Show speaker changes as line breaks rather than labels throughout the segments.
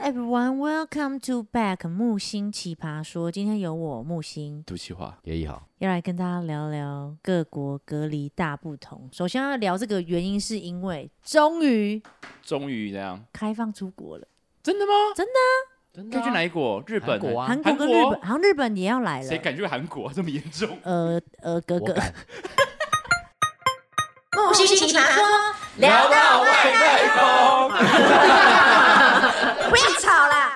everyone, welcome to back。木星奇葩说，今天有我木星
毒气化
也好，
要来跟大家聊聊各国隔离大不同。首先要聊这个原因，是因为终于
终于这样，
开放出国了，
真的吗？
真
的啊
真
可以去哪一国？日本、
韩国啊
韩国跟
韩
日
国
本，好像日本也要来
谁
了。
敢去韩国这么严重？
呃呃，格格
我敢
木星奇葩说，
聊到外太空，
不要吵啦。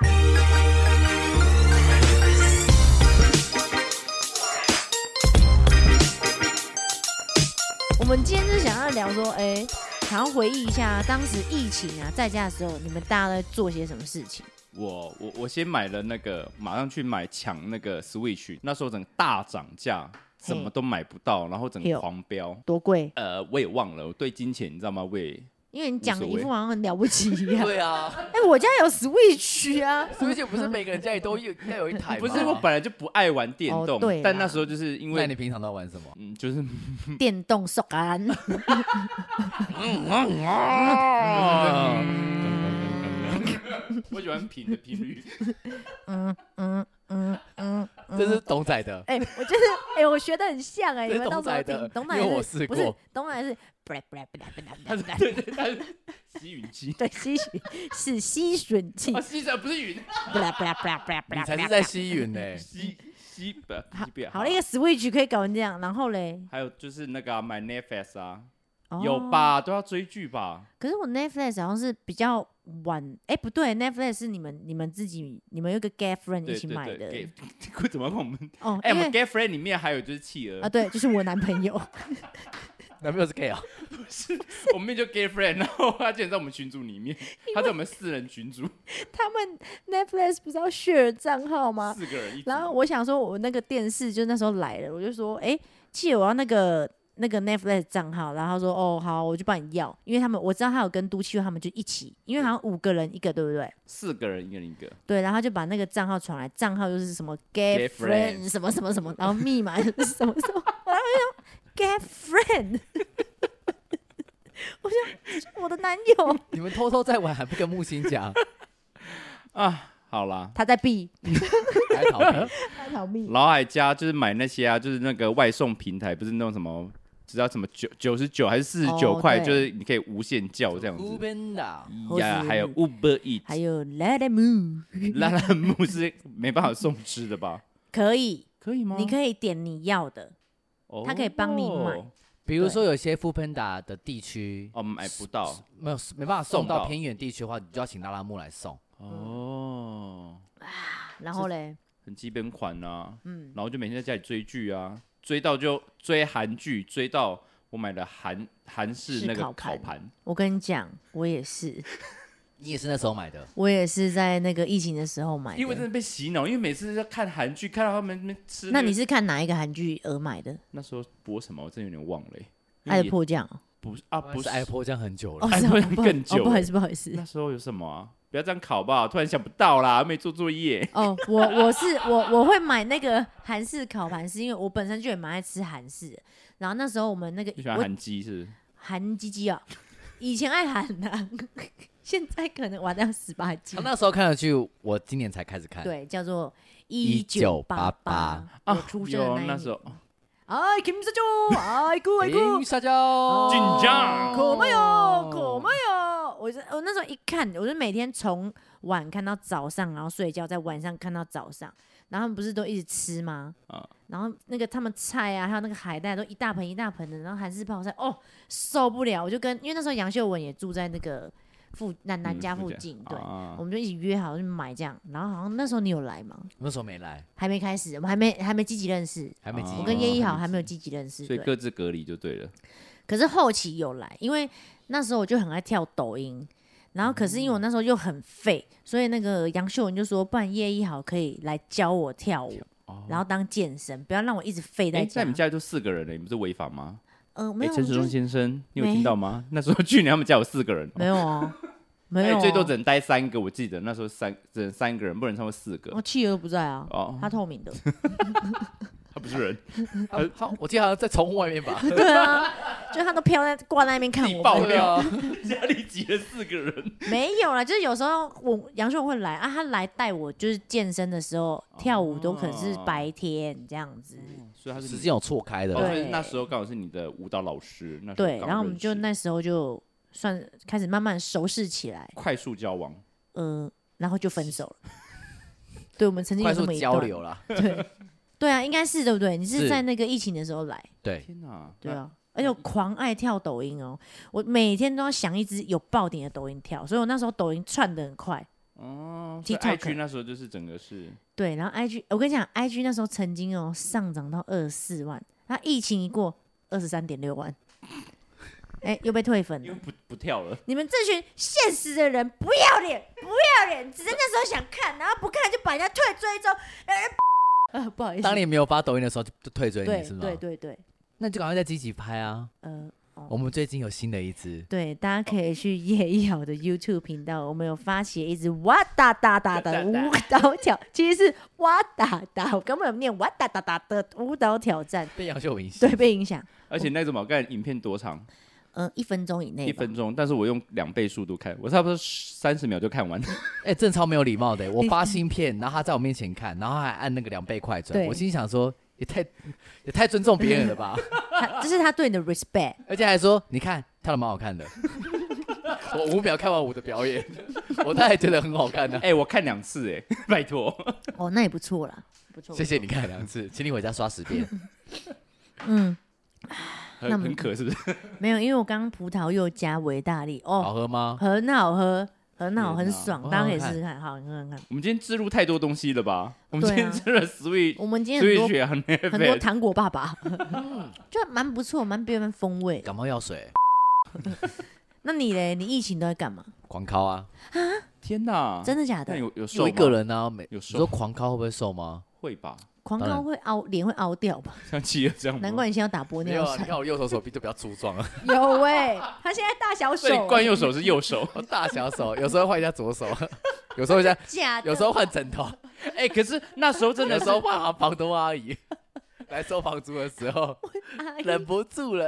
我们今天是想要聊说，哎、想要回忆一下当时疫情啊，在家的时候，你们大家都在做些什么事情？
我我我先买了那个，马上去买抢那个 Switch，那时候整个大涨价，什么都买不到，然后整
嘿
个
哦
狂飙。
多贵？
呃，我也忘了，我对金钱你知道吗？我也
因为你讲的
无
一
所谓
副好像很了不起一 样。
对啊，
哎、我家有 Switch 啊，
所以就不是每个人家里都有要有一台吗
不是我本来就不爱玩电
哦
动，
对啦
但那时候就是因
那你
为
平常都玩什 么？
嗯，就是
电动手感。
嗯嗯
嗯我喜欢频的频率，
嗯嗯嗯嗯，嗯
这是董仔的，
哎、我就是哎、我学的很像哎、
这
你
是
们到时候
董仔的
听，董
因
仔
为
是
我试
不是
过
董仔是不啦不啦不啦不啦不啦
对对，它是吸云 机，
对吸吮是吸吮器
啊，，吸着不是云，
不啦不啦不啦不啦 不
哦你
啦，
才是在吸云呢。
吸吸不吸不
好了一个 Switch 可以搞成这样，然后嘞，
还有就是那个、啊、买 Netflix 啊，
哦
有？吧？都要追剧吧？
可是我 Netflix 好像是比较晚，哎不对，Netflix 是你们你们自己你们有一个 gay friend 一
对
起
对
买
对，
的
给 为什么要跟我们？
哦，
哎、
因
我
为
们 Gay Friend 里面还有就是企鹅，
啊对，就是我男朋友，
男朋友是 gay 啊？
我们就 Gay Friend，然后他竟然在我们群组 里面，他在我们四人群组，
他们 Netflix 不是要 share 账号吗？
四个人一组。
然后我想说，我那个电视就那时候来了，我就说，哎、借我要那个那个 Netflix 账号。然后他说，哦，好，我就帮你要，因为他们我知道他有跟都七他们就一起，因为好像五个人一个，对不对？
四个人一个人一个，
对，然后就把那个账号传来，账号就是什么 gay
Gay
friend
friend
什么什么什么，然后密码就是什么什么，然后我就说 gay friend，我就我的男友
你们偷偷在玩，还不跟木星讲，
啊，好啦。
他在避，
还逃 避？
他逃避，
然后还加就是买那些啊，就是那个外送平台，不是那种什么，知道什么九九十九还是四十九
哦
块，
对
就是你可以无限叫这样
乌
子。
边的，
或
呀，
是
还有 Uber Eat，
还有 let it move，
拉拉木是没办法送吃的吧？
可以，
可以吗
你可以点你要的。
哦
他可以帮你买
比如说有些富喷达的地区
哦，买不到
没有没办法送
送到
到偏远地区的话，你就要请拉拉木来送。
哦，
然后嘞，
很基本款啊。
嗯，
然后就每天在家里追剧啊，追到就追韩剧，追到我买了韩韩式
是
那个
烤
烤
盘
盘，
我跟你讲，我也是，
你也是那时候买的，
我也是在那个疫情的时候买
因为真
的。
的被洗脑，因为每次在看韩剧，看到他们那边吃个，
那你是看哪一个韩剧而买的？《
那时候播什么？我真的有点忘了欸、因为
爱
也
的迫降》哦
不是啊，
不
不
是
是
爱破这样很久了
哦，。
爱
是
迫
哦
降
不好意
更
思哦，
久
不好意思，不好意思
那。时候有什么啊？不要这样考吧，突然想不到啦，没做作业。
哦，我我是我我会买那个韩式烤盘，是因为我本身就也蛮爱吃韩式的。然后那时候我们那个
你喜欢
我
韩鸡是不是？
韩鸡鸡啊，以前爱韩的、 现在可能玩到十八禁
他。那时候看的剧，我今年才开始看。
对，叫做
1988
我出生的
哦有
那一
啊那时
年。
候嗯
哎，Kim Se j 哎姑 哎姑
停，，撒娇，
紧
哦
张
可没有，可哦没有。我是我那时候一看，我就每天从晚看到早上，然后睡觉，在晚上看到早上。然后他们不是都一直吃吗？
啊
然后那个他们菜啊，还有那个海带都一大盆一大盆的，然后韩式泡菜，哦，受不了！我就跟因为那时候杨秀文也住在那个附南南家附近，对，
嗯啊
我们就一起约好去买这样。然后好像那时候你有来吗？
那时候没来，
还没开始，我们还没还没积极认识。
还没
哦
集。
我跟叶一
还
好
没
还没有积极认识，
所
对。
以各自隔离就对了。
可是后期有来，因为那时候我就很爱跳抖音，然后可是因
嗯
为我那时候又很废，所以那个杨秀文就说，不然叶一好可以来教我跳舞，
哦
然后当健身，不要让我一直废在
诶
家。
在你们家里就四个人了，你们是违法吗？
嗯、没
哎，
有，
陈
就
时
是
中先生，你有
没
听到吗？ 那时候去年他们家有四个人哦，
没有哦，没有、
哎
哦，
最多只能待三个。我记得那时候三只能三个人，不能超过四个
哦，。企鹅不在啊，
哦，
他透明的，
他不是人，
啊好，我记得好像在宠物外面吧，
对啊，就他都飘在挂在那边看
自己
我
爆
们
对，
对啊，
家里挤了四个人，
没有啦，就是有时候我杨秀会来啊，他来带我，就是健身的时候跳舞都可能是白天这样子，
嗯
所以他是
时
你
间有错开的
哦
啦，
对
所以那时候刚好是你的舞蹈老师，那时候
对，
刚
然后我们
认
就
识
那时候就算开始慢慢熟识起来，
快速交往，
呃，然后就分手 了。对，我们曾经有
快
这
速
么一
交
段，
流啦。
对，对啊，应该是对不对？你是
是嗯
在那个疫情的时候来，
对，
天哪，
对啊，而且我狂爱跳抖音哦，我每天都要想一支有爆点的抖音跳，所以我那时候抖音窜的很快。
那，哦，所以
TikTok 啊
IG 那时候就是整个是
对，然后 IG，我跟你讲，IG 那时候曾经哦上涨到二十四万，它疫情一过，二十三点六万，哎，又被退粉
因
了
为。不不跳了，
你们这群现实的人，不要脸，不要脸！只是那时候想看，然后不看就把人家退追踪。呃， 呃不好意思，
当年没有发抖音的时候就就退追
对
你，是吗？
对对对，
那你就赶快再积极拍啊！
呃，
我们最近有新的一支，
对，大家可以去叶一好的 YouTube 频道，我们有发起一支哇哒哒哒的舞蹈挑，其实是哇哒哒，我根本有念哇哒哒哒的舞蹈挑战，
被杨秀影响。
对，被影响。
而且那种毛干影片多长？
嗯、一分钟以内，
一，分钟，但是我用两倍速度看，我差不多三十秒就看完。
哎，郑超没有礼貌的，我发新片，然后他在我面前看，然后还按那个两倍快转，
对
我心想说也太也太尊重别人了吧，
他这是他对你的 respect。
而且还说你看跳的蛮好 看的，我五秒看完我的表演，我当然觉得很好看的、啊
哎、我看两次、哎， 拜托，
哦，那也不错啦，不错。
谢谢你看两次，请你回家刷十遍。
嗯，
很
那么
很渴是不是？
没有，因为我刚刚葡萄柚加维大利，哦，
好喝吗？
很好喝，很好，
天
很
哪
爽，
我
大家
好
可以
好
试试看，好，你看看。
我们今天植入太多东西了吧？我们今
对啊
天吃了 Switch，
我们今天很
Switch
多
啊 n e t
很
f
多
l
糖果爸爸，
嗯
就蛮不错，蛮别人风味。
感冒药水，
那你嘞？你疫情都在干嘛？
狂敲啊！
天哪，
真的假
那
的？
有有瘦
有
吗
一个人呢、啊，每
有
你
瘦
说狂敲会不会瘦吗？
会吧？
狂
当
高
然
会凹脸会凹掉 吧？
像企鹅这样吗，
难怪你现在要打玻尿酸。
啊我右手手臂就比较粗壮啊，。
有喂，他现在大小
所以
手，欸
惯右手是右手
我大小手，有时候换一下左手，有时候一下，
假的。
有时候换枕 头，
哎、可是那时候真
有
的
时
是
候换房房东阿姨来收房租的时候，
阿姨
忍不住了，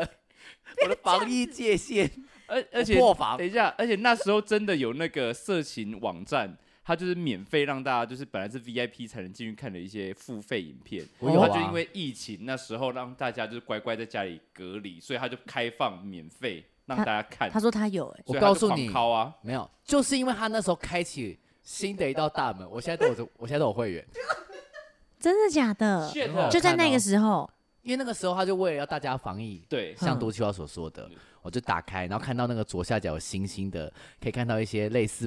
我的防疫界限
而而且
破防
等一下，而且那时候真的有那个色情网站，它就是免费让大家就是本来是 VIP 才能进去看的一些付费影片，
我有啊
它就因为疫情那时候让大家就是乖乖在家里隔离，所以它就开放免费让大家看。
他说他有哎，
所以它
我
就
告诉你
狂敲啊，
没有，就是因为他那时候开启新的一道大门，我现在都有，我现在都有会员，
真的假的？
Shit
很好
就在那个时候，
因为那个时候他就为了要大家防疫，
对，
像多秋华所说
嗯
的，我就打开，然后看到那个左下角有星星的，可以看到一些类似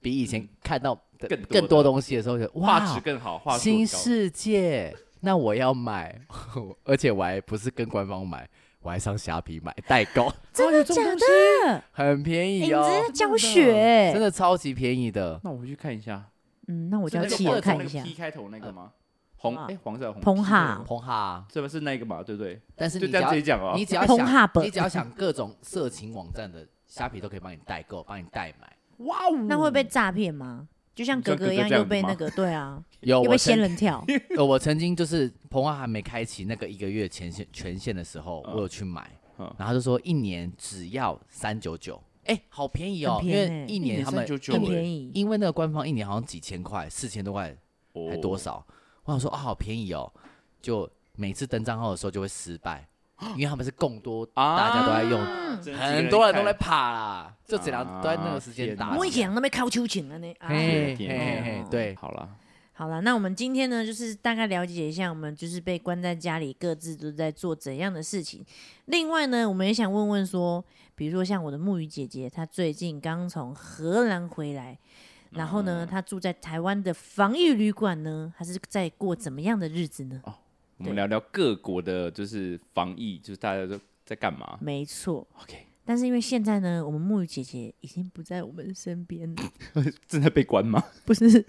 比以前看到的
更多的
更多东西的时候，就
画质
哇，
更好，画质
新
更高。
世界，那我要买， 而且我还不是跟官方买，我还上虾皮买代购，
真的假的？
很便
哎
宜
你
哦，
这是教学欸。
真的超级便宜的。
那我回去看一下，
嗯，那我就要
是那个
企鹅
黄
看
那
一
个
下。
P 开头那个吗？红
啊
哎，黄色还是红
彭
P
哈
开头
红哈，
是不是那个嘛？对不对？
但是
嗯就
你
这
只
样
要
直接讲啊
你。只要
彭哈
想，
本
你只要想各种色情网站的虾皮都可以帮你代购，帮你代买。
哇哦，
那会被诈骗吗？就像
你
格
像
格一
格
样
格这样
又被
子吗
那个对啊，
有
又被
哦我
仙
曾
人跳。
呃我曾经就是膨化还没开启那个一个月前线权限的时候，
嗯
我有去买，
嗯
然后他就说一年只要三九九，哎，好便宜哦，
很
因
便宜
为
欸
一年他们
399
很
欸
便宜，
因为那个官方一年好像几千块，四千多块还
哦
多少，我想说啊好便宜哦，就每次登账号的时候就会失败，因为他们是共多，
啊
大家都在用，
嗯，
真的几个
很多人
看
都在爬啦，就这两
啊
都在那个时间打
天哪
我以
起来。
前都没靠秋千了呢。啊
嘿嘿
天哪
嘿嘿，对，
好啦，
好了，那我们今天呢，就是大概了解一下，我们就是被关在家里，各自都在做怎样的事情。另外呢，我们也想问问说，比如说像我的木鱼姐姐，她最近刚从荷兰回来，然后呢，她住在台湾的防疫旅馆呢，她是在过怎么样的日子呢？
我
对
们聊聊各国的，就是防疫，就是大家都在干嘛
没错，
？OK，
但是因为现在呢，我们木鱼姐姐已经不在我们身边了，
正在被关 吗？
不是，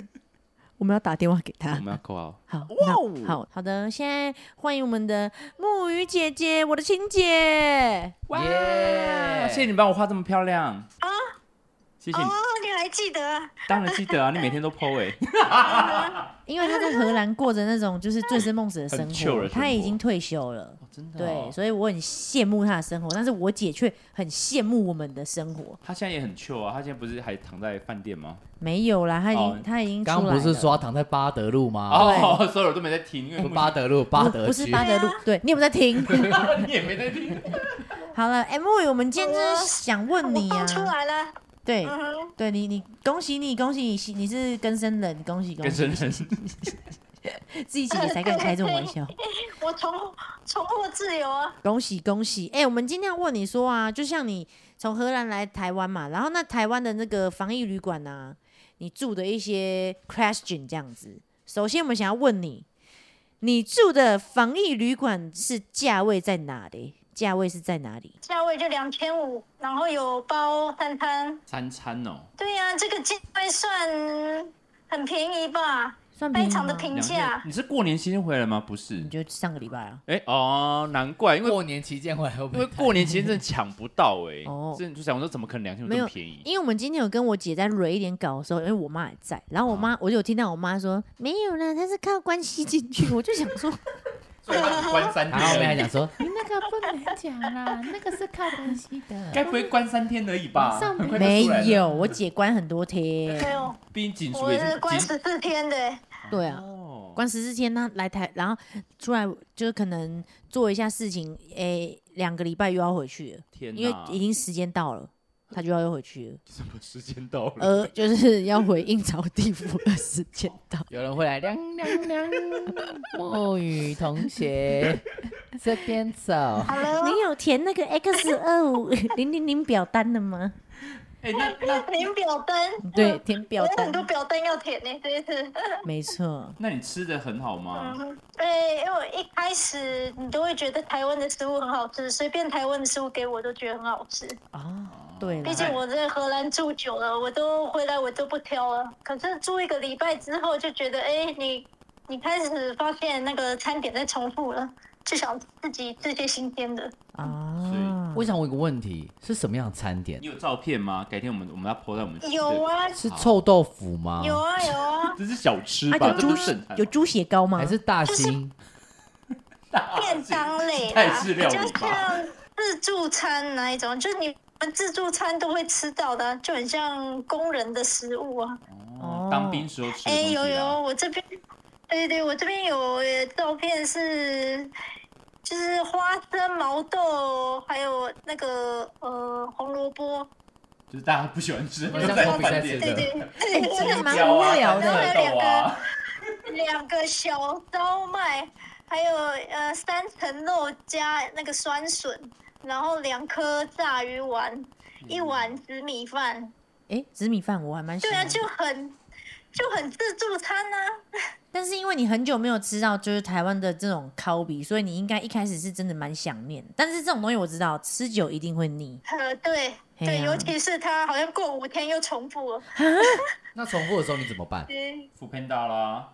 我们要打电话给她
我。们要扣好。
好，那好好的，现在欢迎我们的木鱼姐姐，我的亲姐。
耶
谢谢你帮我画这么漂亮啊！谢谢你，
哦，原来还记得？
当然记得啊，你每天都 PO 哎、
因为他在荷兰过着那种就是醉生梦死的生
很 chill
活，
的生
他已经
活
退休了。
真的哦、
对，所以我很羡慕他的生活，但是我姐却很羡慕我们的生活。
他现在也很 chill 啊，他现在不是还躺在饭店吗？
没有啦，他已经、
哦
他已经出来
刚
了。
刚不是说他躺在巴德路吗？
哦， 所有人都没在听，因为
巴德路，巴
不
德
不是
区
巴德路，对你有没有在听？
你也没在听。
好了，哎，莫雨，我们今天真是
我
想
我
问你
蹦出
啊，
来了，
对
嗯哼，
对，你你恭喜你恭喜你是，你是更生人，恭喜恭
跟
喜
生，人，
自己姐姐才敢开这种玩笑。
我重重获自由啊！
恭喜恭喜！哎、我们今天要问你说啊，就像你从荷兰来台湾嘛，然后那台湾的那个防疫旅馆呐、你住的一些 question 这样子。首先，我们想要问你，你住的防疫旅馆是价位在哪里？价位是在哪里？
价位就两千五，然后有包三餐。
三餐哦，
对呀、这个价位算很便宜吧？
算便宜
非常的
吗
平
两
价
千。。你是过年期间回来吗？不是
你。就上个礼拜啊，
哎、哦，难怪，因为
过年期间回来会不
因
会
为过年期间真的抢不到哎、
哦
真的就想说怎么可能两千
没
这
有
么便宜？
因为我们今天有跟我姐在蕊一点稿的时候，因为我妈也在，然后我妈、我就有听到我妈说没有啦，她是靠关系进去，我就想说
最 后关三
然后后面还讲说，
你那个不能讲啦，那个是靠关系的。
该不会关三天而已吧
吧上面快
没，有，我姐关很多
没
天，
有，
毕竟警署
哎我
也
是
是
关
警
十四天的、
对啊。
哦，
关十四天，他来台，然后出来就是可能做一下事情，诶、两个礼拜又要回去了，
天哪，
因为已经时间到了，他就要又回去了，
什么时间到了？
呃，就是要回应朝地府的时间到。
有人会来亮亮亮，墨雨同学这边走。
Hello，
你有填那个 X 二五零零零表单的吗？
哎、那那
填表单。
对，填表
我有
单，
很多表单要填呢、这一次。
没错。
那你吃的很好吗？
嗯，对，因为我一开始你都会觉得台湾的食物很好吃，随便台湾的食物给我都觉得很好吃。
哦，对了
毕，竟我在荷兰住久了，我都回来我都不挑了。可是住一个礼拜之后，就觉得哎、你你开始发现那个餐点在重复了，就想自己这些新鲜的。
啊，
我想问一个问题，是什么样的餐点
你？有啊照片吗？改天我们我们要 po 在我们
有，啊，
是臭豆腐吗？
有啊，有啊，
这是小吃
啊
吧？
有
这不
猪
是正餐
有猪血糕吗？
还是大兴？
便当类
泰
啦，
式
比
料
较
理吧
像自助餐那一种，就是你们自助餐都会吃到的啊，就很像工人的食物啊。
哦当兵时候吃的
哎、
东西啊
有有，我这边，对对，我这边有呃照片是，就是花生、毛豆，还有那个呃红萝卜，
就是大家不喜欢吃，
像
就在
我比赛
饭
吃
店
的
对对，
哎真的蛮
椒啊
无聊
番
的。
茄豆啊，
两个小烧麦，还有呃三层肉加那个酸笋，然后两颗炸鱼丸，一
嗯
碗紫米饭，
哎，紫米饭我还蛮喜
对啊，
欢的，
就很就很自助餐啊。
但是因为你很久没有吃到就是台湾的这种烤比，所以你应该一开始是真的蛮想念。但是这种东西我知道，吃久一定会腻。
呃，对
嘿
对，
啊
尤其是它好像过五天又重复了。
那重复的时候你怎么办？
对
副片大啦，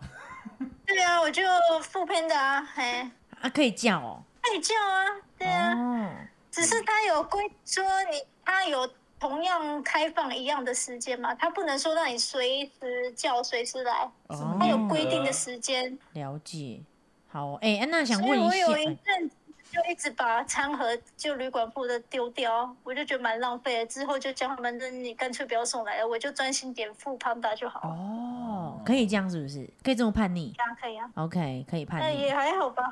对啊，我就副片的啊，嘿，
啊，可以叫哦。
爱叫啊，对啊，
哦，
只是它有规说你，它有同样开放一样的时间嘛，它不能说让你随时叫随时来，
哦
它有规定的时间。
了解。好，哎、安娜想
所
问
以
一
我
下，
有一
哎
阵子就一直把餐盒就旅馆部的丢掉，我就觉得蛮浪费的。之后就叫他们，那你干脆不要送来了，我就专心点付胖达就好了。
哦，可以这样是不是？可以这么叛逆
这样可以啊，
？OK，可以
那
叛逆
也。还好吧。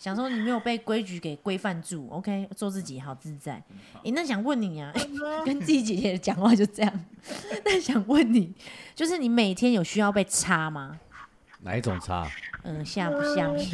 想说你没有被规矩给规范住，OK，做自己好自在。哎、那想问你啊，
嗯
跟自己姐姐讲话就这样。 那想问你，就是你每天有需要被插吗？
哪一种差？
嗯、下不下面？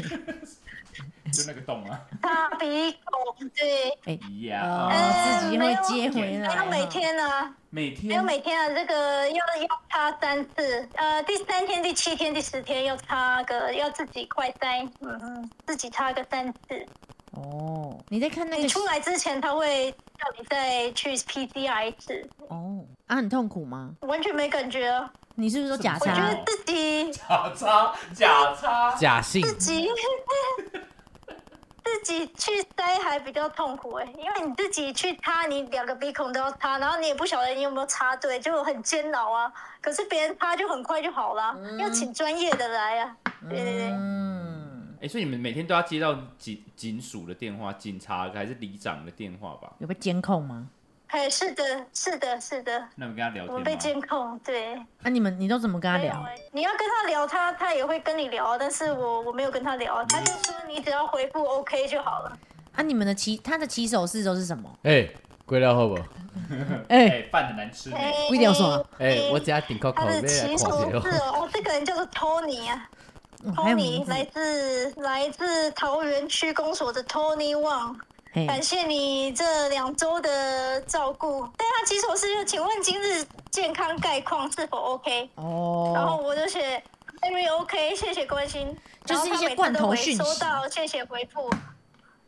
就那个洞啊，
大鼻孔，对，
一样
哦
啊，
嗯
自己会接回来
没有每天啊，
每
没
天
有每天啊，这个要要擦三次，呃，第三天、第七天、第十天要擦个，要自己快塞，嗯嗯，自己擦个三次。
哦，你在看那
你
个
出来之前他会叫你再去 PCR 一次，
哦啊，很痛苦吗？
完全没感觉啊，
你是不是说假
我觉
插
得？自己
假叉假叉，
假性
自己自自己去塞还比较痛苦哎、因为你自己去擦，你两个鼻孔都要擦，然后你也不晓得你有没有擦对，就很煎熬啊。可是别人擦就很快就好了，要请专业的来啊。对对对，
嗯，
哎、所以你们每天都要接到警警署的电话、警察还是里长的电话吧？
有被监控吗？
哎，是的，是的，是的，
那你跟他聊
我
天
们被
吗？
监控，对。
那、啊你们你都怎么跟他
没有
聊？
欸你要跟他聊，他他也会跟你聊，但是我我没有跟他
嗯
聊，他就说你只要回复 OK 就好了。
啊，你们的起他的起手式都是什么？
哎，贵料好不好？
哎、
哎、饭很难吃呢、
哎
不一定要说啊
哎，我只要顶扣扣，
他的
别来
骑手
狂
是
流。
哦，这个人叫做 Tony 啊
嗯还有名
，Tony
字
来自来自桃园区公所的 Tony Wang，
嘿，
感谢你这两周的照顾。但他骑手是，请问今日健康概况是否 OK？然后
哦，
我就写 every OK，谢谢关心，
就是一些
然后他每次
罐头
都会
讯息
收到，谢谢回复。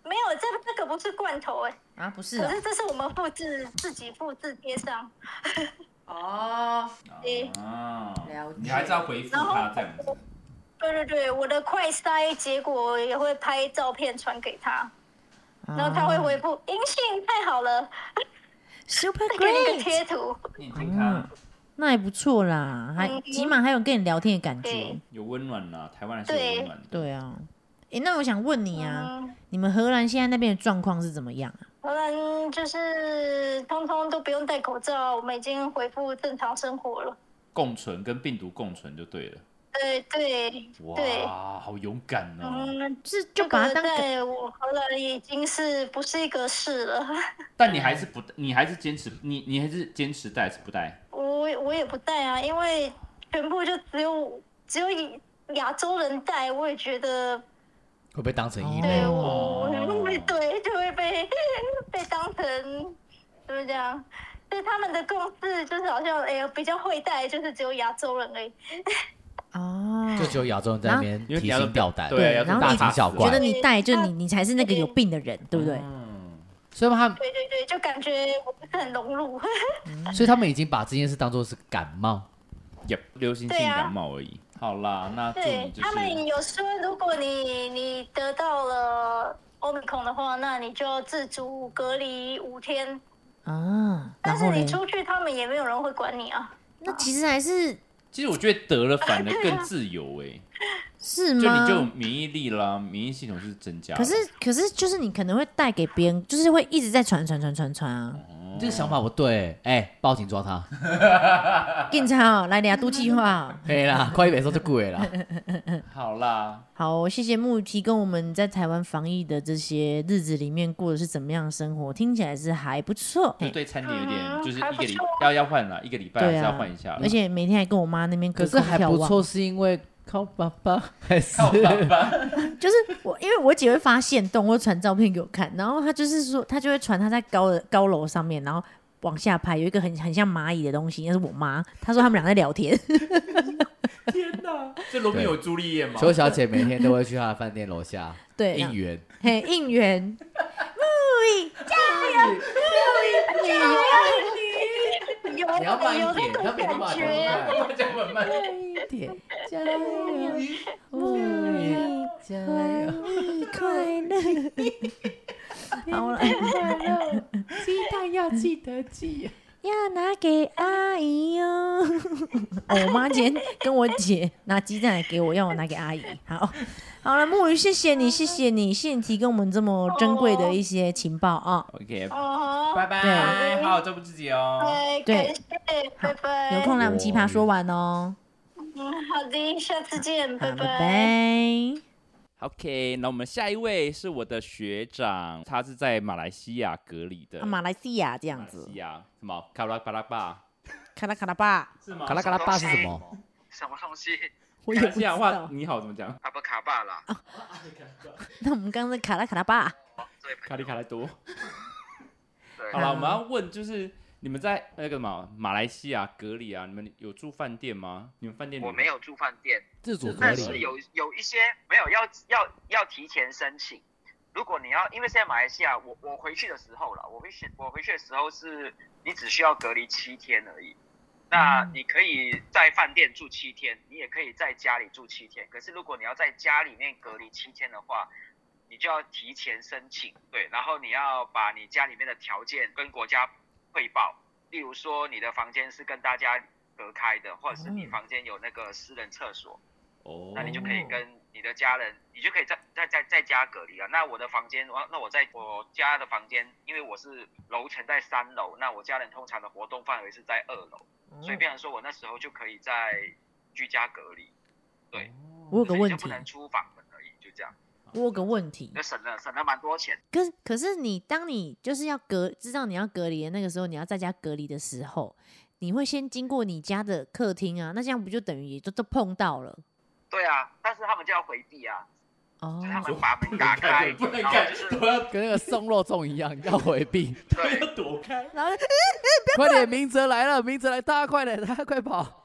没有，这这个不是罐头哎、
啊，不是
可
哦
是这是我们复制自己复制贴上，
哦，
对
啊
了解
你还是要回复他这样子。
对对对，我的快筛结果也会拍照片传给他，
啊
然后他会回复阴性，太好了，
Super
再给你个
Great，
贴图，
你已经看
那也不错啦，还
嗯
起码还有跟你聊天的感觉
对。
有温暖啦，台湾人是有温暖的。
对啊，哎、那我想问你啊，
嗯，
你们荷兰现在那边的状况是怎么样啊？
荷兰就是通通都不用戴口罩，我们已经恢复正常生活了。
共存跟病毒共存就对了。
对对对，
哇，好勇敢哦！
嗯，
是
这
就把它
个
当感
在我荷兰已经是不是一个事了，
但你还是不，你还是坚持，你你还是坚持戴还是不戴？
我我也不带啊，因为全部就只有只有以亚洲人带，我也觉得
会被当成医
对
美？
我
哦
我会对就会被 被当成怎么讲？对他们的共识就是好像哎、比较会带，就是只有亚洲人而已。
哦，
就只有亚洲人在那边
因为
提
亚洲
心吊胆，
对
对，要
然后
大
你
惊小
觉
觉
怪
得，你带就你你才是那个有病的人，对不对？
嗯，
所以他们，
对对对，就感觉我不是很融入。
所以他们已经把这件事当做是感冒。
也流行性
对啊
感冒而已。好啦，那祝
对
你就
他们
是
有说，如果你你得到了欧米孔的话，那你就要自主隔离五天。
啊，然
嗯但是
后嘞
你，出去，他们也没有人会管你啊。
那其实还是
其实我觉得得了反而更自由哎，
是
就
吗？
你就有免疫力啦，免疫系统是增加的。
啊可是可是就是你可能会带给别人，就是会一直在传传传传传啊。
你这个想法不对，哎，报警抓 他。
警察哦，来俩都计划啊
可以啦，快一点说就贵 了。
好啦，
好，谢谢木鱼提供我们在台湾防疫的这些日子里面过的是怎么样的生活，听起来是还不错。
就对餐点有点
嗯
就是一
还
个
不
礼
错
要要换啦，一个礼拜还
对
是
啊
要换一下啦。
而且每天还跟我妈那边隔
可是
空
还
眺
不
望，
错，是因为靠爸爸还是
就是我，因为我姐会发现动，我传照片给我看，然后她就是说，她就会传她在高的高楼上面，然后往下拍，有一个很很像蚂蚁的东西，那是我妈，她说他们俩在聊天，
天哪，这罗密欧朱丽叶吗
邱小姐每天都会去她的饭店楼下
对，
应援，
嘿，应援，
有
你要慢
有
一
那
点，她每
种
天把
感觉。
我讲很慢。
一点，加油，
木鱼
加
哎
快
油，
乐快乐，好了，
快乐，鸡蛋要记得记。哦
要拿给阿姨哟、 哦。我妈今天跟我姐拿鸡蛋来给我，要我拿给阿姨。好，好了，木鱼，谢谢你，谢谢你，谢谢你提供我们这么珍贵的一些情报啊、
OK，
哦，
拜拜，好好照顾自己哦。
对，
对
感谢，拜拜。
有空来我们奇葩说玩哦。
嗯，好的，下次见，
好，
拜
拜拜。
OK，那我们下一位是我的学长，他是在马来西亚隔离的
啊，。马来西亚这样
马
子
来西，亚什么卡拉巴拉巴
卡拉卡拉吧，
是吗
嘎啦嘎啦爸是什么？
什么东西？
我也
马来
不
西
知
亚话
道。
你好怎么讲？
阿布卡巴啦，
那我们刚刚是卡拉卡拉吧，
对
卡里卡莱多。
嗯对
好了，我们要问就是你们在那个什么马来西亚隔离啊，你们有住饭店吗？你们饭店里
我没有住饭店，
自主隔
但是
离，
有有一些没有要要要提前申请。如果你要，因为现在马来西亚，我我回去的时候了，我回去我回去的时候是你只需要隔离七天而已。那
嗯
你可以在饭店住七天，你也可以在家里住七天。可是如果你要在家里面隔离七天的话，你就要提前申请，对，然后你要把你家里面的条件跟国家汇报，例如说你的房间是跟大家隔开的，或者是
哦
你房间有那个私人厕所，
哦，
那你就可以跟你的家人，你就可以在在在在家隔离了。那我的房间，我那我在我家的房间，因为我是楼层在三楼，那我家人通常的活动范围是在二楼，
哦
所以变成说我那时候就可以在居家隔离，
我有个
所以
问
就
题
不，能出房门而已，就这样，
我有个问题，
就省了省了蛮多钱。
可是可是你当你就是要隔知道你要隔离的那个时候，你要在家隔离的时候，你会先经过你家的客厅啊，那这样不就等于也就都碰到了
对啊，但是他们就要回避啊，
哦
就？是他们把门打开，
不能
然后
干
就是，
都要
跟那个送肉粽一样，要回避。
都
对
要躲开。
然后就
快点，明哲来了，明哲来，大家快点，大家快跑！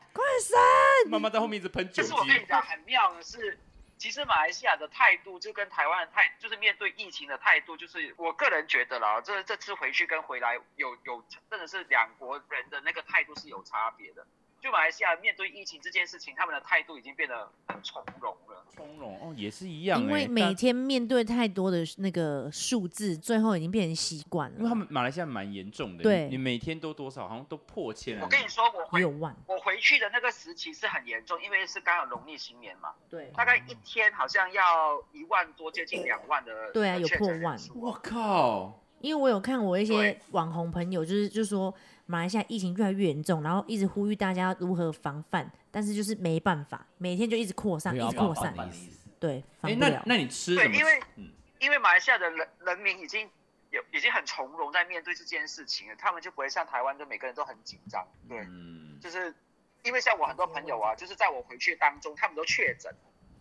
妈妈在后面一直喷酒
但是我跟你
精，
讲，很妙的是，其实马来西亚的态度就跟台湾的态，就是面对疫情的态度，就是我个人觉得啦，这这次回去跟回来有有真的是两国人的那个态度是有差别的。就马来西亚面对疫情这件事情，他们的态度已经变得很从容了。
从容哦，也是一样欸，
因为每
但
天面对太多的那个数字，最后已经变成习惯了。
因为他们马来西亚蛮严重的，
对
你你每天都多少，好像都破千了。
我跟你说，我
也
回
有万
我回去的那个时期是很严重，因为是刚好农历新年嘛，
对
大概一天好像要一万多，接近两万的
对啊
的
有
确诊
破
人
万
数
我靠，
因为我有看我一些
对
网红朋友，就是就说马来西亚疫情越来越严重，然后一直呼吁大家如何防范，但是就是没办法，每天就一直扩散，
没有
一直
办法
扩散，
防的意思
对，防
哎，
不
那
了。
那你吃
对
什么？
因为
嗯，
因为马来西亚的人人民已经有已经很从容在面对这件事情了，他们就不会像台湾，就每个人都很紧张。对，
嗯，
就是因为像我很多朋友啊，就是在我回去当中，他们都确诊，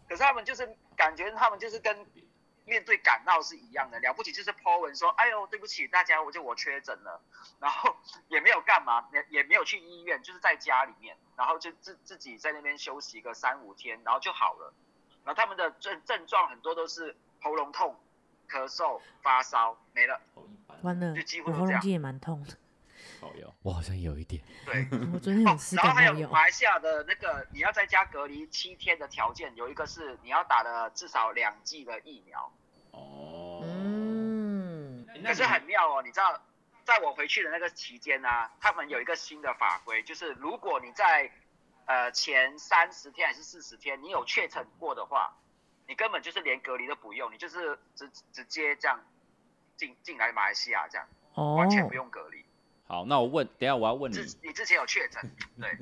可是他们就是感觉他们就是跟面对感冒是一样的，了不起就是 po 文说，哎呦，对不起大家，我就我确诊了，然后也没有干嘛，也也没有去医院，就是在家里面，然后就自自己在那边休息个三五天，然后就好了。然后他们的症症状很多都是喉咙痛、咳嗽、发烧，没了。
好一般，
完了
就几，乎
我
都
喉
这
咙
样
肌也蛮痛的，
好哟。
我好像有一点，
对，
嗯我昨天有吃
然后
感
还
冒
有
药。
马来西亚的那个，你要在家隔离七天的条件，有一个是你要打了至少两剂的疫苗。
哦，
嗯，
诶那
可
你
是很妙哦，你知道，在我回去的那个期间呢、他们有一个新的法规，就是如果你在呃前三十天还是四十天，你有确诊过的话，你根本就是连隔离都不用，你就是直直接这样进进来马来西亚这样，
哦
完，全不用隔离。
好，那我问，等一下我要问你
之、，你之前有确诊，对。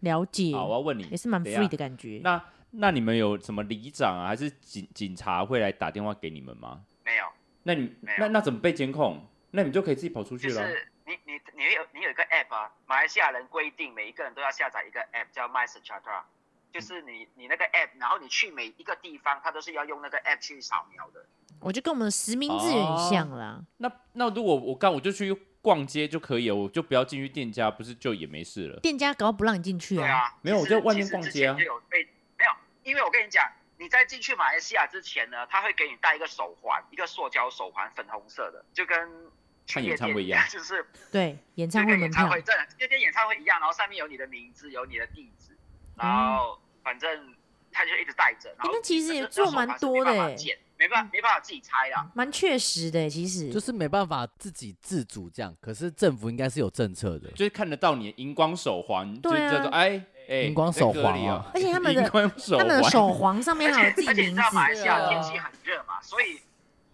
了解，
好，我要问你
也，是蛮
等一下
free 的感觉。
那那你们有什么里长啊，还是警警察会来打电话给你们吗？
没有，
那你
没有
那那怎么被监控？那你们就可以自己跑出
就
去了。
是你你你有你有一个 app 啊，马来西亚人规定每一个人都要下载一个 app 叫 My s e c h a t r a 就是你你那个 app，然后你去每一个地方，它都是要用那个 app 去扫描的。
我就跟我们的实名制有点
哦
像啦。
那那如果我刚我就去逛街就可以了，我就不要进去店家，不是就也没事了？
店家搞不让你进去
对
啊，
啊，
没有
其实
我在外面
其实
逛
之
街啊
前就有被没有，因为我跟你讲，你在进去马来西亚之前呢，他会给你戴一个手环，一个塑胶手环，粉红色的，就跟去
看演
夜
唱
店
会一样
就是
对，演
就
唱会
跟
门
演唱
票
会真的就跟演唱会一样，然后上面有你的名字，有你的地址，然后反正他就一直带着。然
欸
后
嗯那其实
那
也
那
做
手环
蛮
是
多
没办
的
法
欸嗯
剪没办法没办法自己拆啦。
蛮确实的，其实
就是没办法自己自主这样。可是政府应该是有政策的，
就是看得到你的荧光手环，
对
就
啊
是叫做哎哎
荧光手环啊
在这里哦
而且他们的
荧光手
他
环
们的手环上面
而
还有自
且
己
而且你
名字
知道，马来西亚
对啊
天气很热嘛，所以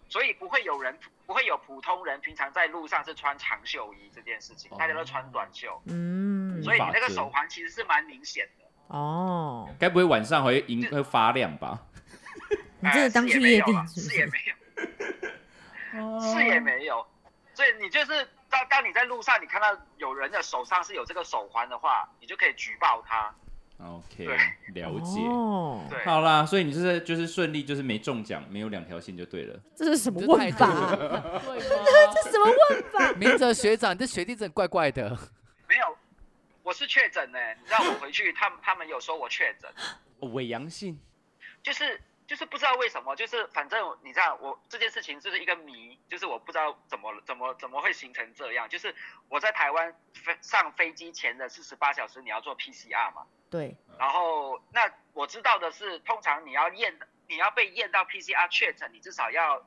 所以不会有人不会有普通人平常在路上是穿长袖衣这件事情，大家都穿短袖，
嗯，
所以你那
法
个
则
手环其实是蛮明显的。
哦，
该不会晚上会荧会发亮吧？
你
呃
真的当去夜店是不
哎是也
是？
没有，是也没有，所以你就是当当你在路上你看到有人的手上是有这个手环的话，你就可以举报他。
OK，
对
了解。
哦，
对，
好啦，所以你就是就是顺利，就是没中奖，没有两条线就对了。
这是什么
这
问法
太
啊？
酷 了
这什么问？
明哲学长，你这学弟真的怪怪的。
没有，我是确诊呢、你知道我回去，他们他们有说我确诊，
哦伪阳性，
就是就是不知道为什么，就是反正你知道我这件事情就是一个谜，就是我不知道怎么怎么怎么会形成这样，就是我在台湾飞上飞机前的四十八小时你要做 PCR 嘛。
对，
然后那我知道的是，通常你要验你要被验到 PCR 确诊，你至少要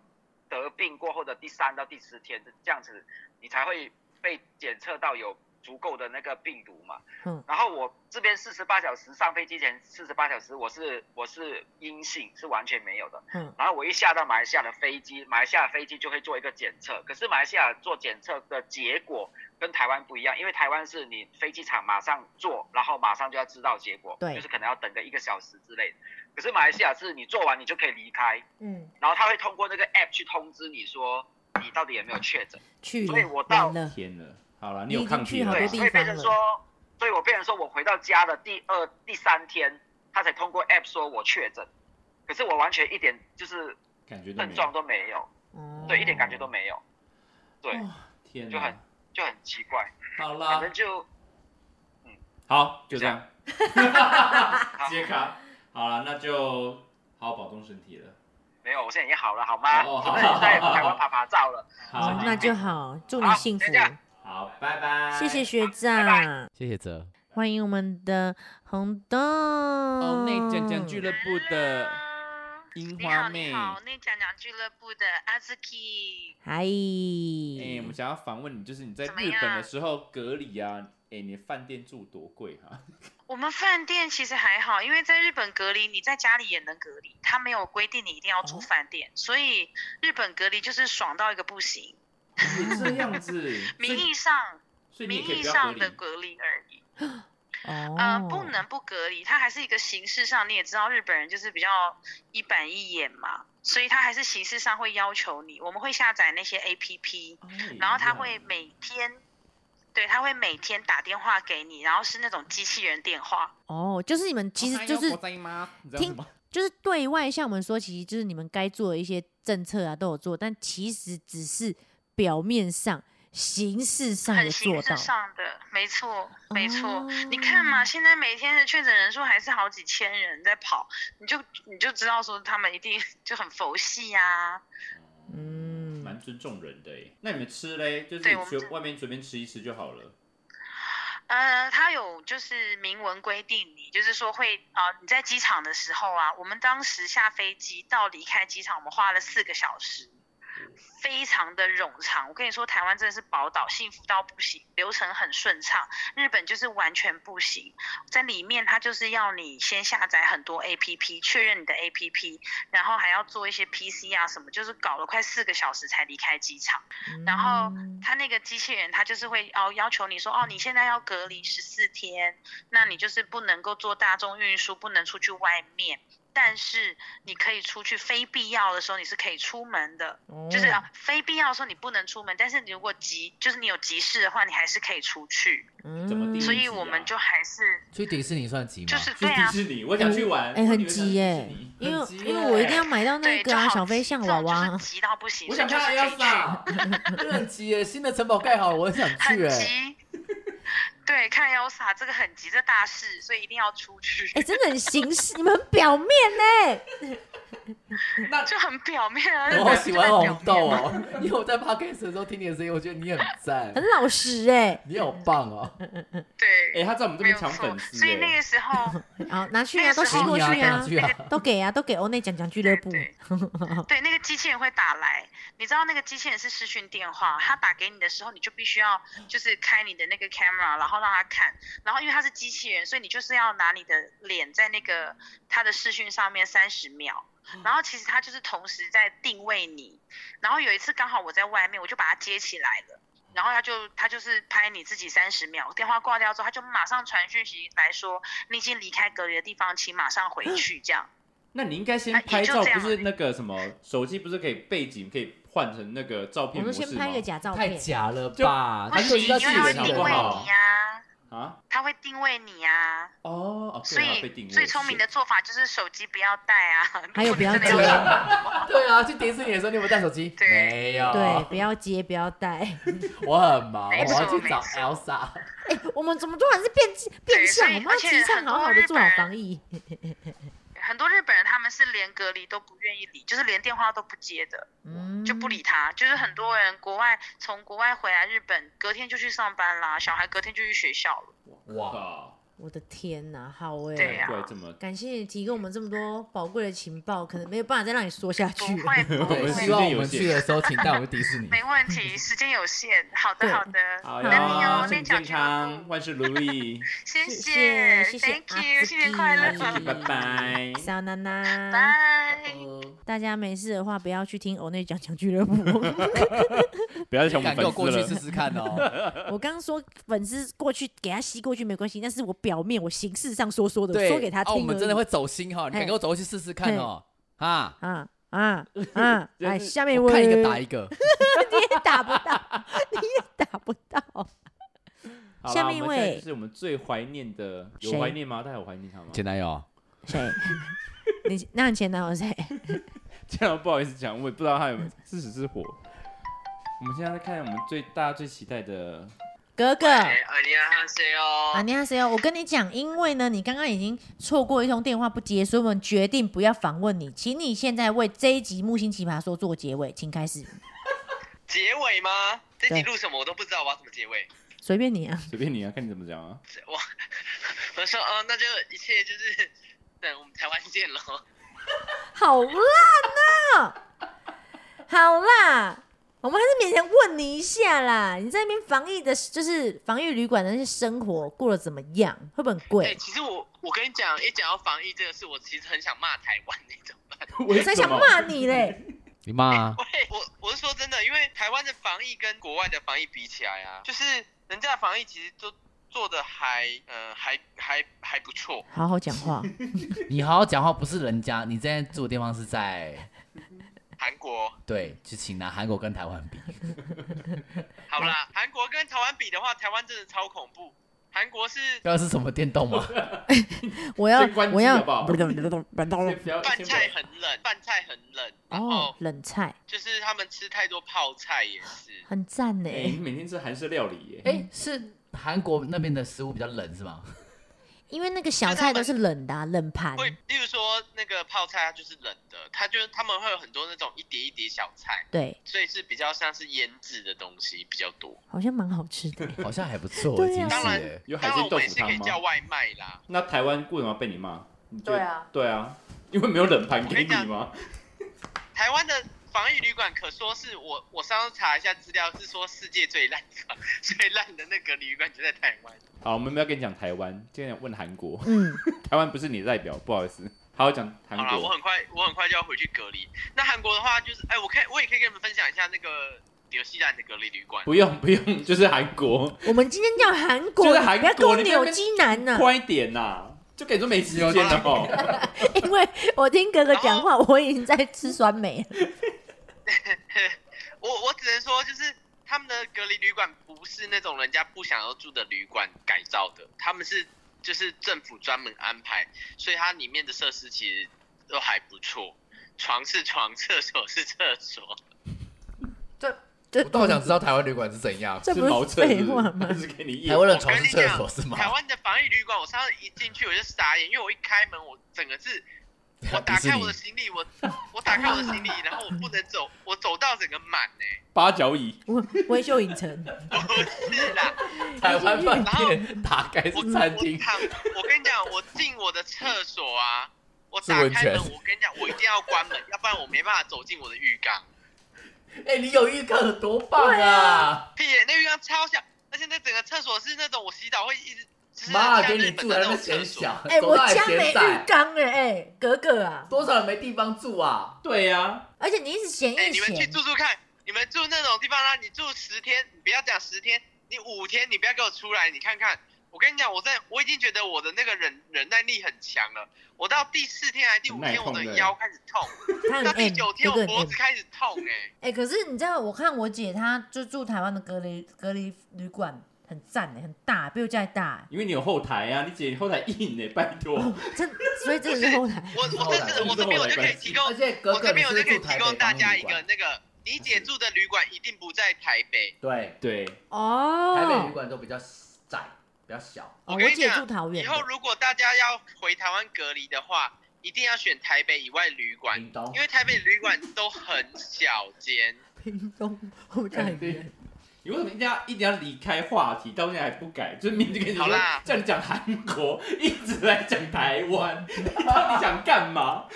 得病过后的第三到第十天，这样子你才会被检测到有足够的那个病毒嘛。
嗯。
然后我这边四十八小时上飞机前四十八小时，我是我是阴性，是完全没有的。
嗯。
然后我一下到马来西亚的飞机，马来西亚飞机就会做一个检测，可是马来西亚做检测的结果跟台湾不一样，因为台湾是你飞机场马上做，然后马上就要知道结果，
对
就是可能要等个一个小时之类的。可是马来西亚是你做完你就可以离开，
嗯，
然后他会通过那个 app 去通知你说你到底有没有确诊。
去
所以
了，
我到
完了，
天了，好了，
你
有
已经
抗体
去好
了
多
对，
地
所以变
方
成
了
说，所以我变成说我回到家的第二、第三天，他才通过 app 说我确诊，可是我完全一点就是
感觉都
症
没
状
有。
都没有，
哦
对，一点感觉都没有，对，
哦
天
就很
哪，
就很奇怪，
好
反
啦
正，就
好，就
就
这
这
样
样，
接卡。好了，那就好好保重身体了。
没有，我现在已经好了，好吗？
哦
我
好
准备在台湾拍拍照了，
好，
哦那就好，祝你
好
幸福
再，见
好，拜拜。
谢谢学
拜
长，
谢谢泽。
欢迎我们的红豆，哦
哦，内讲讲俱乐部的嗯
Hello，
樱
嗯你
花
好，
妹
你。好，内讲讲俱乐部的阿 z k
嗨，
哎、我们想要反问你，就是你在
怎么
日本的
样
时候隔离啊，哎、你的饭店住多贵啊哈、
我们饭店其实还好，因为在日本隔离，你在家里也能隔离，他没有规定你一定要
哦
住饭店，所以日本隔离就是爽到一个不行。
也这样子，
名义上，
所以所以你也
名
可以
义
不要隔
上
离
的隔离而已，呃，
哦，
不能不隔离，它还是一个形式上，你也知道日本人就是比较一板一眼嘛，所以他还是形式上会要求你，我们会下载那些 A P P，
哎
然后他
呀
会每天，对，他会每天打电话给你，然后是那种机器人电话，
哦，就是你们其实就是
哦嗨哟国在吗？你知道
听
吗
就是对外向我们说，其实就是你们该做的一些政策啊都有做，但其实只是表面上、形式上的
很
做
形
到
式。上的，没错，没错。你看
哦
嘛，现在每天的确诊人数还是好几千人在跑，你就你就知道说他们一定 就很佛系呀、
嗯，
蛮尊重人的哎。那你们吃嘞，就是
对
你
我们
去
这
外面随便吃一吃就好了。
呃，他有就是明文规定你，就是说会啊、呃你在机场的时候啊，我们当时下飞机到离开机场，我们花了四个小时，
嗯
非常的冗长。我跟你说，台湾真的是宝岛，幸福到不行，流程很顺畅。日本就是完全不行，在里面它就是要你先下载很多 APP，确认你的 APP，然后还要做一些 PC 啊什么，就是搞了快四个小时才离开机场。然后他那个机器人，他就是会要要求你说，哦，你现在要隔离十四天，那你就是不能够坐大众运输，不能出去外面。但是你可以出去，非必要的时候你是可以出门的，
嗯
就是、
哦
啊、非必要的时候你不能出门，但是你如果急，就是你有急事的话，你还是可以出去。
嗯
怎么定义
所以
级
我
啊
们就还是
去迪士尼算急吗？
就是
去
对
迪
啊，
士尼，我想去玩。
哎、
我
很
女儿想去
急耶、
迪士尼
因为
很急
因为我一定
耶
要买到那
对，
个
就
啊
好
小
急
飞象
这
娃
种就是
娃，
急到不行，
我
所
想
以就
看
是可以去。
Elsa，
很急耶！新的城堡盖好了，我很想去
很
哎。
急。 对，看 Elsa 这个很急，这大事，所以一定要出去。
哎、真的很形式，你们很表面呢、哎
就很表面啊，
我好喜欢
就是很表
红
面
豆
啊
哦， 因为我在 podcast 的时候听你的声音，我觉得你很赞，
很老实哎、
你好棒哦。
哎、
对，
他在我们这边
没有
抢
错
粉。丝、哎
所以那个时候，
好拿去
那
啊，
个
都
时
吸
候
过
你啊，
去啊
赶，去啊！
都给啊，都给欧内讲讲俱乐
对
部。
哦 对对，那个机器人会打来，你知道那个机器人是视讯电话，他打给你的时候，你就必须要就是开你的那个 camera，然后让他看，然后因为他是机器人，所以你就是要拿你的脸在那个他的视讯上面三十秒。
嗯
然后其实他就是同时在定位你，然后有一次刚好我在外面，我就把他接起来了，然后他就他就是拍你自己三十秒，电话挂掉之后，他就马上传讯息来说你已经离开隔离的地方，请马上回去这样。
那你应该先
啊也
拍
就
照，
这
不
样
是那个什么手机，不是可以背景可以换成那个照
我
片模
们
式
先拍
吗
一？个假照
太
片，
假了
啊
吧！
不
他
行，
就
啊因
知道
为
自
他会
人
己好
定
不
位
好
你？呀、
啊，
他会定位你呀、
哦，哦
所
对啊被
以
定位
最聪明的做法就是手机不要带啊，
还有不要
真的
接
对啊，去迪士尼的时候你有没有带手机？
对
没有。
对，不要接，不要带。
我很忙，
没
我要
错
去找
没错
Elsa。
哎我们怎么突然是变变
对所
相？
以
我们要
而且
提倡
很
好
多
好的
日
做好
本人
防疫。
很多日本人他们是连隔离都不愿意理，就是连电话都不接的，
嗯，
就不理他。就是很多人国外从国外回来日本，隔天就去上班啦，小孩隔天就去学校了。
哇，
我的天哪，好哎、
对
啊
呀、
怪这么
感谢你提供我们这么多宝贵的情报，可能没有办法再让你说下
不
不
去了。
会不
我们
对，
时间
希
会，
望
有
我们
限
去的时候，请带我们去迪 士尼。
没问题，时间有限。好的
对
好的，
好
等你哦
呀，，
练
身体健
脚俱乐
康，
部，
万事如意，
谢
谢谢谢啊
，Thank
阿
you，
紫
新年快乐
弟，
谢谢，拜拜。
小娜娜，
拜。
大家没事的话不要去听欧内讲讲俱乐部。哦
不要再抢我们
敢跟我过
粉丝
去
了
试。试看哦。
我刚刚说粉丝过去给他吸过去没关系，那是我表面我形式上说说的，
对，
说给他
哦，
听而已、
我们真的会走心哈，你敢
嘿
跟我走过去试试看哦。啊，
啊啊 啊！来，下面一
我看一个
位
打一个。
你也打不到，你也打不到。
好啦
下面一
我们现在
位
就是我们最怀念的，有
谁
怀念吗？大家有怀念他吗？
前男友，
谁？ 你那你前男友哦谁？
这样不好意思讲，我也不知道他有没有是死是活。我们现在在看我们最大家最期待的，
格格。
哎阿尼亚哈塞
啊，
哦，
你好，谁哦？我跟你讲，因为呢，你刚刚已经错过一通电话不接，所以我们决定不要访问你，请你现在为这一集《木星奇葩说》做结尾，请开始，
结尾吗？这
对
集录什么我都不知道，我要怎么结尾？
随便你啊。
随便你啊，看你怎么讲啊。
我我说哦，那就一切就是等我们台湾见喽。
好烂呐、好啦，我们还是勉强问你一下啦，你在那边防疫的，就是防疫旅馆的那些生活过得怎么样？会不会很
哎、
贵？
其实我我跟你讲，一讲到防疫这个事，我其实很想骂台湾那种。
为
谁
什
想
么？
骂你嘞？
你妈啊
喂，我我是说真的，因为台湾的防疫跟国外的防疫比起来啊，就是人家的防疫其实都做的还呃还还还不错。
好好讲话，
你好好讲话，不是人家，你现在住的地方是在
韩国，
对，就请拿韩国跟台湾比。
好啦，韩国跟台湾比的话，台湾真的超恐怖。韩国是
要是什么电动吗？
我要
先关机
我要
好不好先不要
饭
先不
菜
要
很冷，饭菜很冷，然
哦
后，
冷菜
就是他们吃太多泡菜也是。
很赞呢、
哎、你每天吃韩式料理耶、
哎， 是韩国那边的食物比较冷是吗？
因为那个小菜都是冷的、啊，冷盘。
会，例如说那个泡菜，它就是冷的，它就是他们会有很多那种一碟一碟小菜，
对，
所以是比较像是腌制的东西比较多。
好像蛮好吃的。
好像还不错，
对啊
其实
当然
耶
有海
当然
鲜
我
豆
们也
腐
是可
汤
以叫
吗？
外卖啦。
那台湾为什么要被你骂？你觉得
对啊，
对啊，因为没有冷盘
我跟
给
你讲
你吗？
台湾的防疫旅馆可说是我我上次查一下资料是说世界最烂的 最烂的那个旅馆就在台湾。
好，我们不要跟你讲台湾，今天问韩国，
嗯，
台湾不是你的代表，不好意思，好好讲韩
好啦，我
国。
很快我很快就要回去隔离。那韩国的话就是，哎、我可以我也可以跟你们分享一下那个纽西兰的隔离旅馆。
不用不用，就是韩国，
我们今天叫韩国，
就是
你
韩
不要跟
国
我
你在那
扭
边
机男呢、
快一点呐、就跟你说没时间了哦。
因为我听哥哥讲话，我已经在吃酸梅了。
我我只能说就是。他们的隔离旅馆不是那种人家不想要住的旅馆改造的，他们是就是政府专门安排，所以它里面的设施其实都还不错，床是床， 厕所是厕所，
这
我倒想知道台湾旅馆是怎 样。
这
是
不
茅
是
厕
废
是不
话
是
吗？
还是给你夜
台湾的
我
床
跟
是
你
厕
讲
所是吗？
台 湾的防疫旅馆，我上次一进去我就傻眼，因为我一开门，我整个是，我打
啊迪士
开
尼
我的行李，我我打开我的行李，然后我不能走，我走到整个满呢、
八角椅，
微秀 影城，
不是啦，
台湾饭店打开
我
是
我
餐厅，
躺，我跟你讲，我进我的厕所啊，我
是
打
温
开
泉
门，我跟你讲，我一定要关门，要不然我没办法走进我的浴缸。
哎、你有浴缸有多棒啊！
屁耶、那浴缸超小，而且那整个厕所是那种我洗澡会一直，就是
妈、
像
给
日
你
本
住
的
还
那
那么
种
嫌
厕所。
小，
哎、
多
我
大的
家没
闲
浴
宅，
缸哎、哎、格格啊，
多少人没地方住啊？
对呀、
而且你一直嫌
哎、
一
你们去
嫌，
住住看，你们住那种地方啊啦、你住十天，你不要讲十天，你五天，你不要给我出来，你看看。我跟你讲，我在我已经觉得我的那个忍忍耐力很强了。我到第四天还是第五
耐
天，我
痛
的
的嗯
腰开始痛，
他很
到
M，
第九天
格格很
我脖
M
子。开始痛、哎，
哎、可是你知道，我看我姐她就住台湾的隔离隔离旅馆，很赞哎、很大，比我家还大、
因为你有后台啊，你姐后台硬呢、拜托。
哎真所以这是后台。
我我这次我这边我就可以提供
而，且格
我
格
这
你
边我就是可以
住台
提
北
供大家
防疫旅
一个
馆
那个，你姐住的旅馆一定不在台北。
对，
对，
台北
哦
旅，馆都比较窄，比较小。
哦
我
我
跟你
姐
讲
住桃园
以
的，
后如果大家要回台湾隔离的话，一定要选台北以外旅馆，
屏东
因为台北旅馆都很小间，
哎屏东，我们家很远。
你为什么一定要一定要离开话题？到现在还不改，就是明明就跟你说
好啦，
叫你讲韩国，一直在讲台 湾，你到底想干嘛？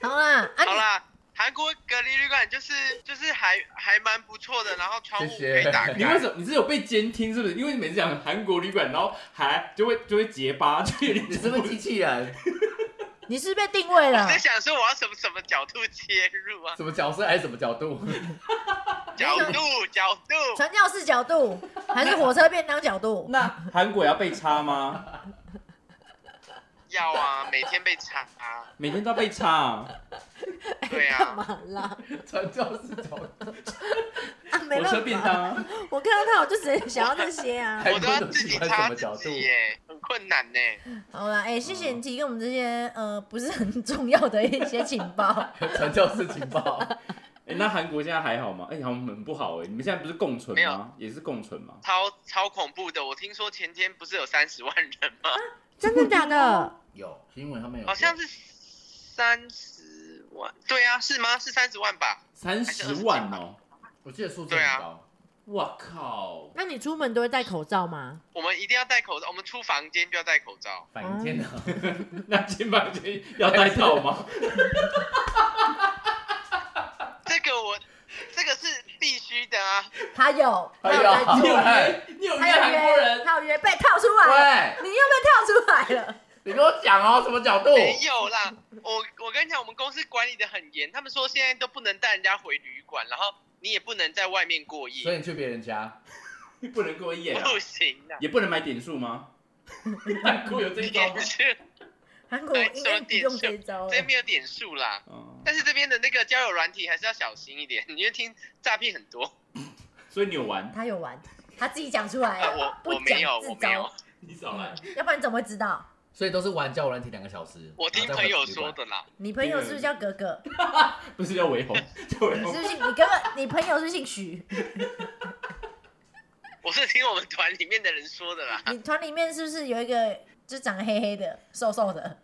好啦，啊
好啦，韩国隔离旅馆就是就是还还蛮不错的，然后窗户
谢
可
谢
以打
你为
开。
什么你是有被监听是不是？因为你每次讲韩国旅馆，然后还就会就会结 巴，就有点
你是不是机器 人？
你是被定位了
我在，想说我要什么什么角度切入啊？
什么角色还是什么角度？
角度角度，
传教士角度还是火车便当角 度？
那韩国也要被插吗？
要啊，每天被查啊，
每天都要被插、啊，
对
干
啊，
嘛啦？
传教士角度，
啊，没
火
办
车便
法，
当啊，
我看到他我就只想要这些 啊。
韩
我
国
都要
人
自己
喜欢什
插
么角
自
度？
己耶，很困难呢。
好啦，哎、谢谢你提供我们这些呃不是很重要的一些情报。
传教士情报，
哎、那韩国现在还好吗？哎、好像很不好哎、你们现在不是共存
没有
吗？也是共存吗？
超超恐怖的！我听说前天不是有三十万人吗？
真的假的？
有新闻上面有，
好像是三十万，对啊，是吗？是三十万吧？
三十万哦、
我记得数字很
啊
高，
我靠！
那你出门都会戴口罩吗？
我们一定要戴口罩，我们出房间就要戴口罩。
反应天的，
嗯
那金发间要戴套 吗？
这个我，这个是必须的啊！
他有，他有在
哎呀
做，
你有
他有约，他有约被套出来了，
喂，
你又被套出来了。
你跟我讲哦，什么角度？
没有啦，我我跟你讲，我们公司管理的很严，他们说现在都不能带人家回旅馆，然后你也不能在外面过
所以
夜，
你去别人家，
不能过夜、啊，
不行的。
也不能买点数 吗？ 韩国有这一招吗
点？数，
韩国应该不
哎
用这招了
这，没有点数啦。
嗯，
但是这边的那个交友软体还是要小心一点， 因为听诈骗很多。
所以你有玩？
他有玩，他自己讲出来
啊，
了，
我
不
我
讲
没有，
自
我没有
招，，
你少来，
要不然你怎么会知道？
所以都是玩交友软体两个小时。
我听
然后再
朋
回
友
旅
说
馆，
的啦。
你朋友是不是叫格 格？
不是叫维红， 叫维
你是
红
不。是姓你哥哥？你朋友是不是姓许？
我是听我们团里面的人说的啦。
你团里面是不是有一个就长得黑黑的、瘦瘦 的，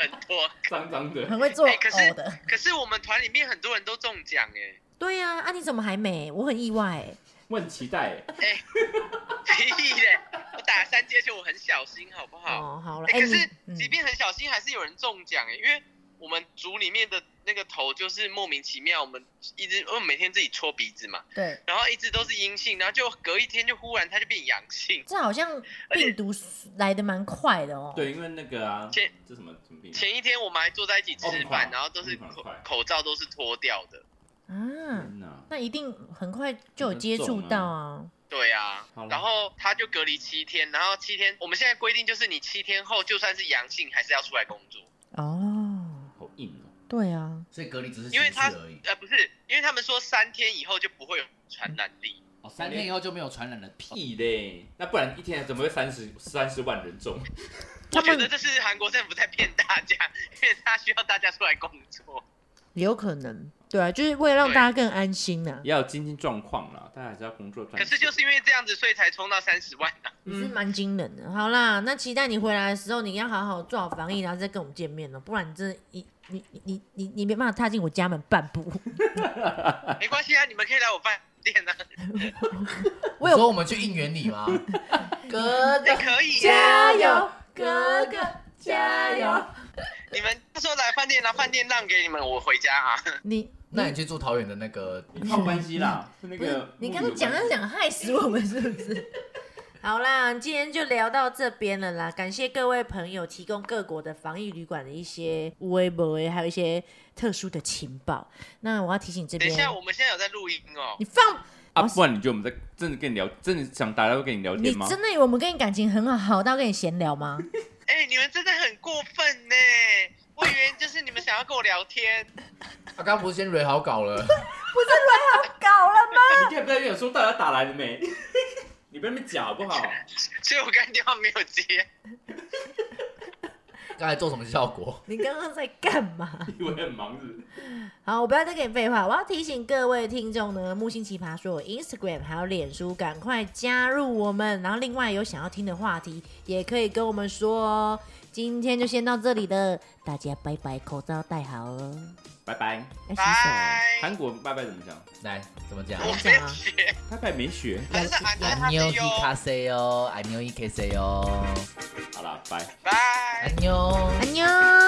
很多。
脏脏的，
很会做
哎可是
偶的？
可是我们团里面很多人都中奖哎、
对呀、啊，你怎么还没？我很意外、欸。
我很期待欸。
屁嘞！我打三阶球我很小心，好不好？
哦，好了，
哎、
哎、
可
你
是
嗯
即便很小心，还是有人中奖哎、因为我们组里面的那个头就是莫名其妙，我们一直我们每天自己搓鼻子嘛，
对，
然后一直都是阴性，然后就隔一天就忽然他就变阳性。
这好像
而且
病毒来的蛮快的哦。，
对，因为那个啊，
前
这什么什么病？
前一天我们还坐在一起吃饭，
哦
然后都是
很
口
快
口罩都是脱掉的。
啊，
天哪！
那一定很快就有接触到
嗯
啊。
对啊
好，了
然后他就隔离七天，然后七天我们现在规定就是你七天后就算是阳性，还是要出来工作。
啊
哦，
好硬哦。
对啊，
所以隔离只是
因
形
为他
式而已。
呃不是，因为他们说三天以后就不会有传染力，
嗯
哦，三天以后就没有传染了，屁！
屁嘞！那不然一天怎么会三十三十万人中？
我觉得这是韩国政府在骗大家， 因为他需要大家出来工作。
有可能，对啊，就是为了让
对
大家更安心啊呐、
也要有经济状况啦，大家还是要工作赚
可
钱。
是就是因为这样子，所以才冲到三十万啊！
你是蛮惊人的。好啦，那期待你回来的时候，你要好好做好防疫，然后再跟我们见面哦，不然你真的一。你你你你你没办法踏进我家门半步，
没关系啊，你们可以来我饭店啊，
我
我
有
说我们去应援你 吗？
哥
也可以啊。
油，哥哥加油！
你们到时候来饭店，拿饭店让给你们，我回家啊。
你
那你去住桃园的那个，
你靠关系 啦，那
不是
个
你刚刚讲
的
要讲害死我们是不是？ 好啦，今天就聊到这边了啦，感谢各位朋友提供各国的防疫旅馆的一些微博，还有一些特殊的情报。那我要提醒这
等
边
一，下，我们现在有在录音哦。
你放，
啊，不然你觉得我们在真的跟你聊，真的想打来会跟你聊
你
天吗？
真的以为我们跟你感情很好，好到跟你闲聊吗？
哎、你们真的很过分呢、我以为就是你们想要跟我聊天，
他啊刚不是先蕊好稿 了？
搞了吗？
你刚才不是有说大家打来了没？ 你不要那么假好不好？
所以我刚刚电话没有接。
刚才做什么效果？
你刚刚在干嘛？
以为很忙是不是
好，我不要再跟你废话，我要提醒各位听众呢，木星奇葩说有 Instagram 还有脸书，赶快加入我们。然后另外有想要听的话题，也可以跟我们说哦。今天就先到这里了，大家拜拜，口罩戴好哦，
拜拜。
要洗手。
拜。
韩国拜拜怎么讲？
来，怎么讲？
我
这样
先
啊
学，
拜拜没学。
还是哎俺
安妞伊卡西哦，安妞伊卡西哦，
好啦，拜。
拜。
安妞。
安妞。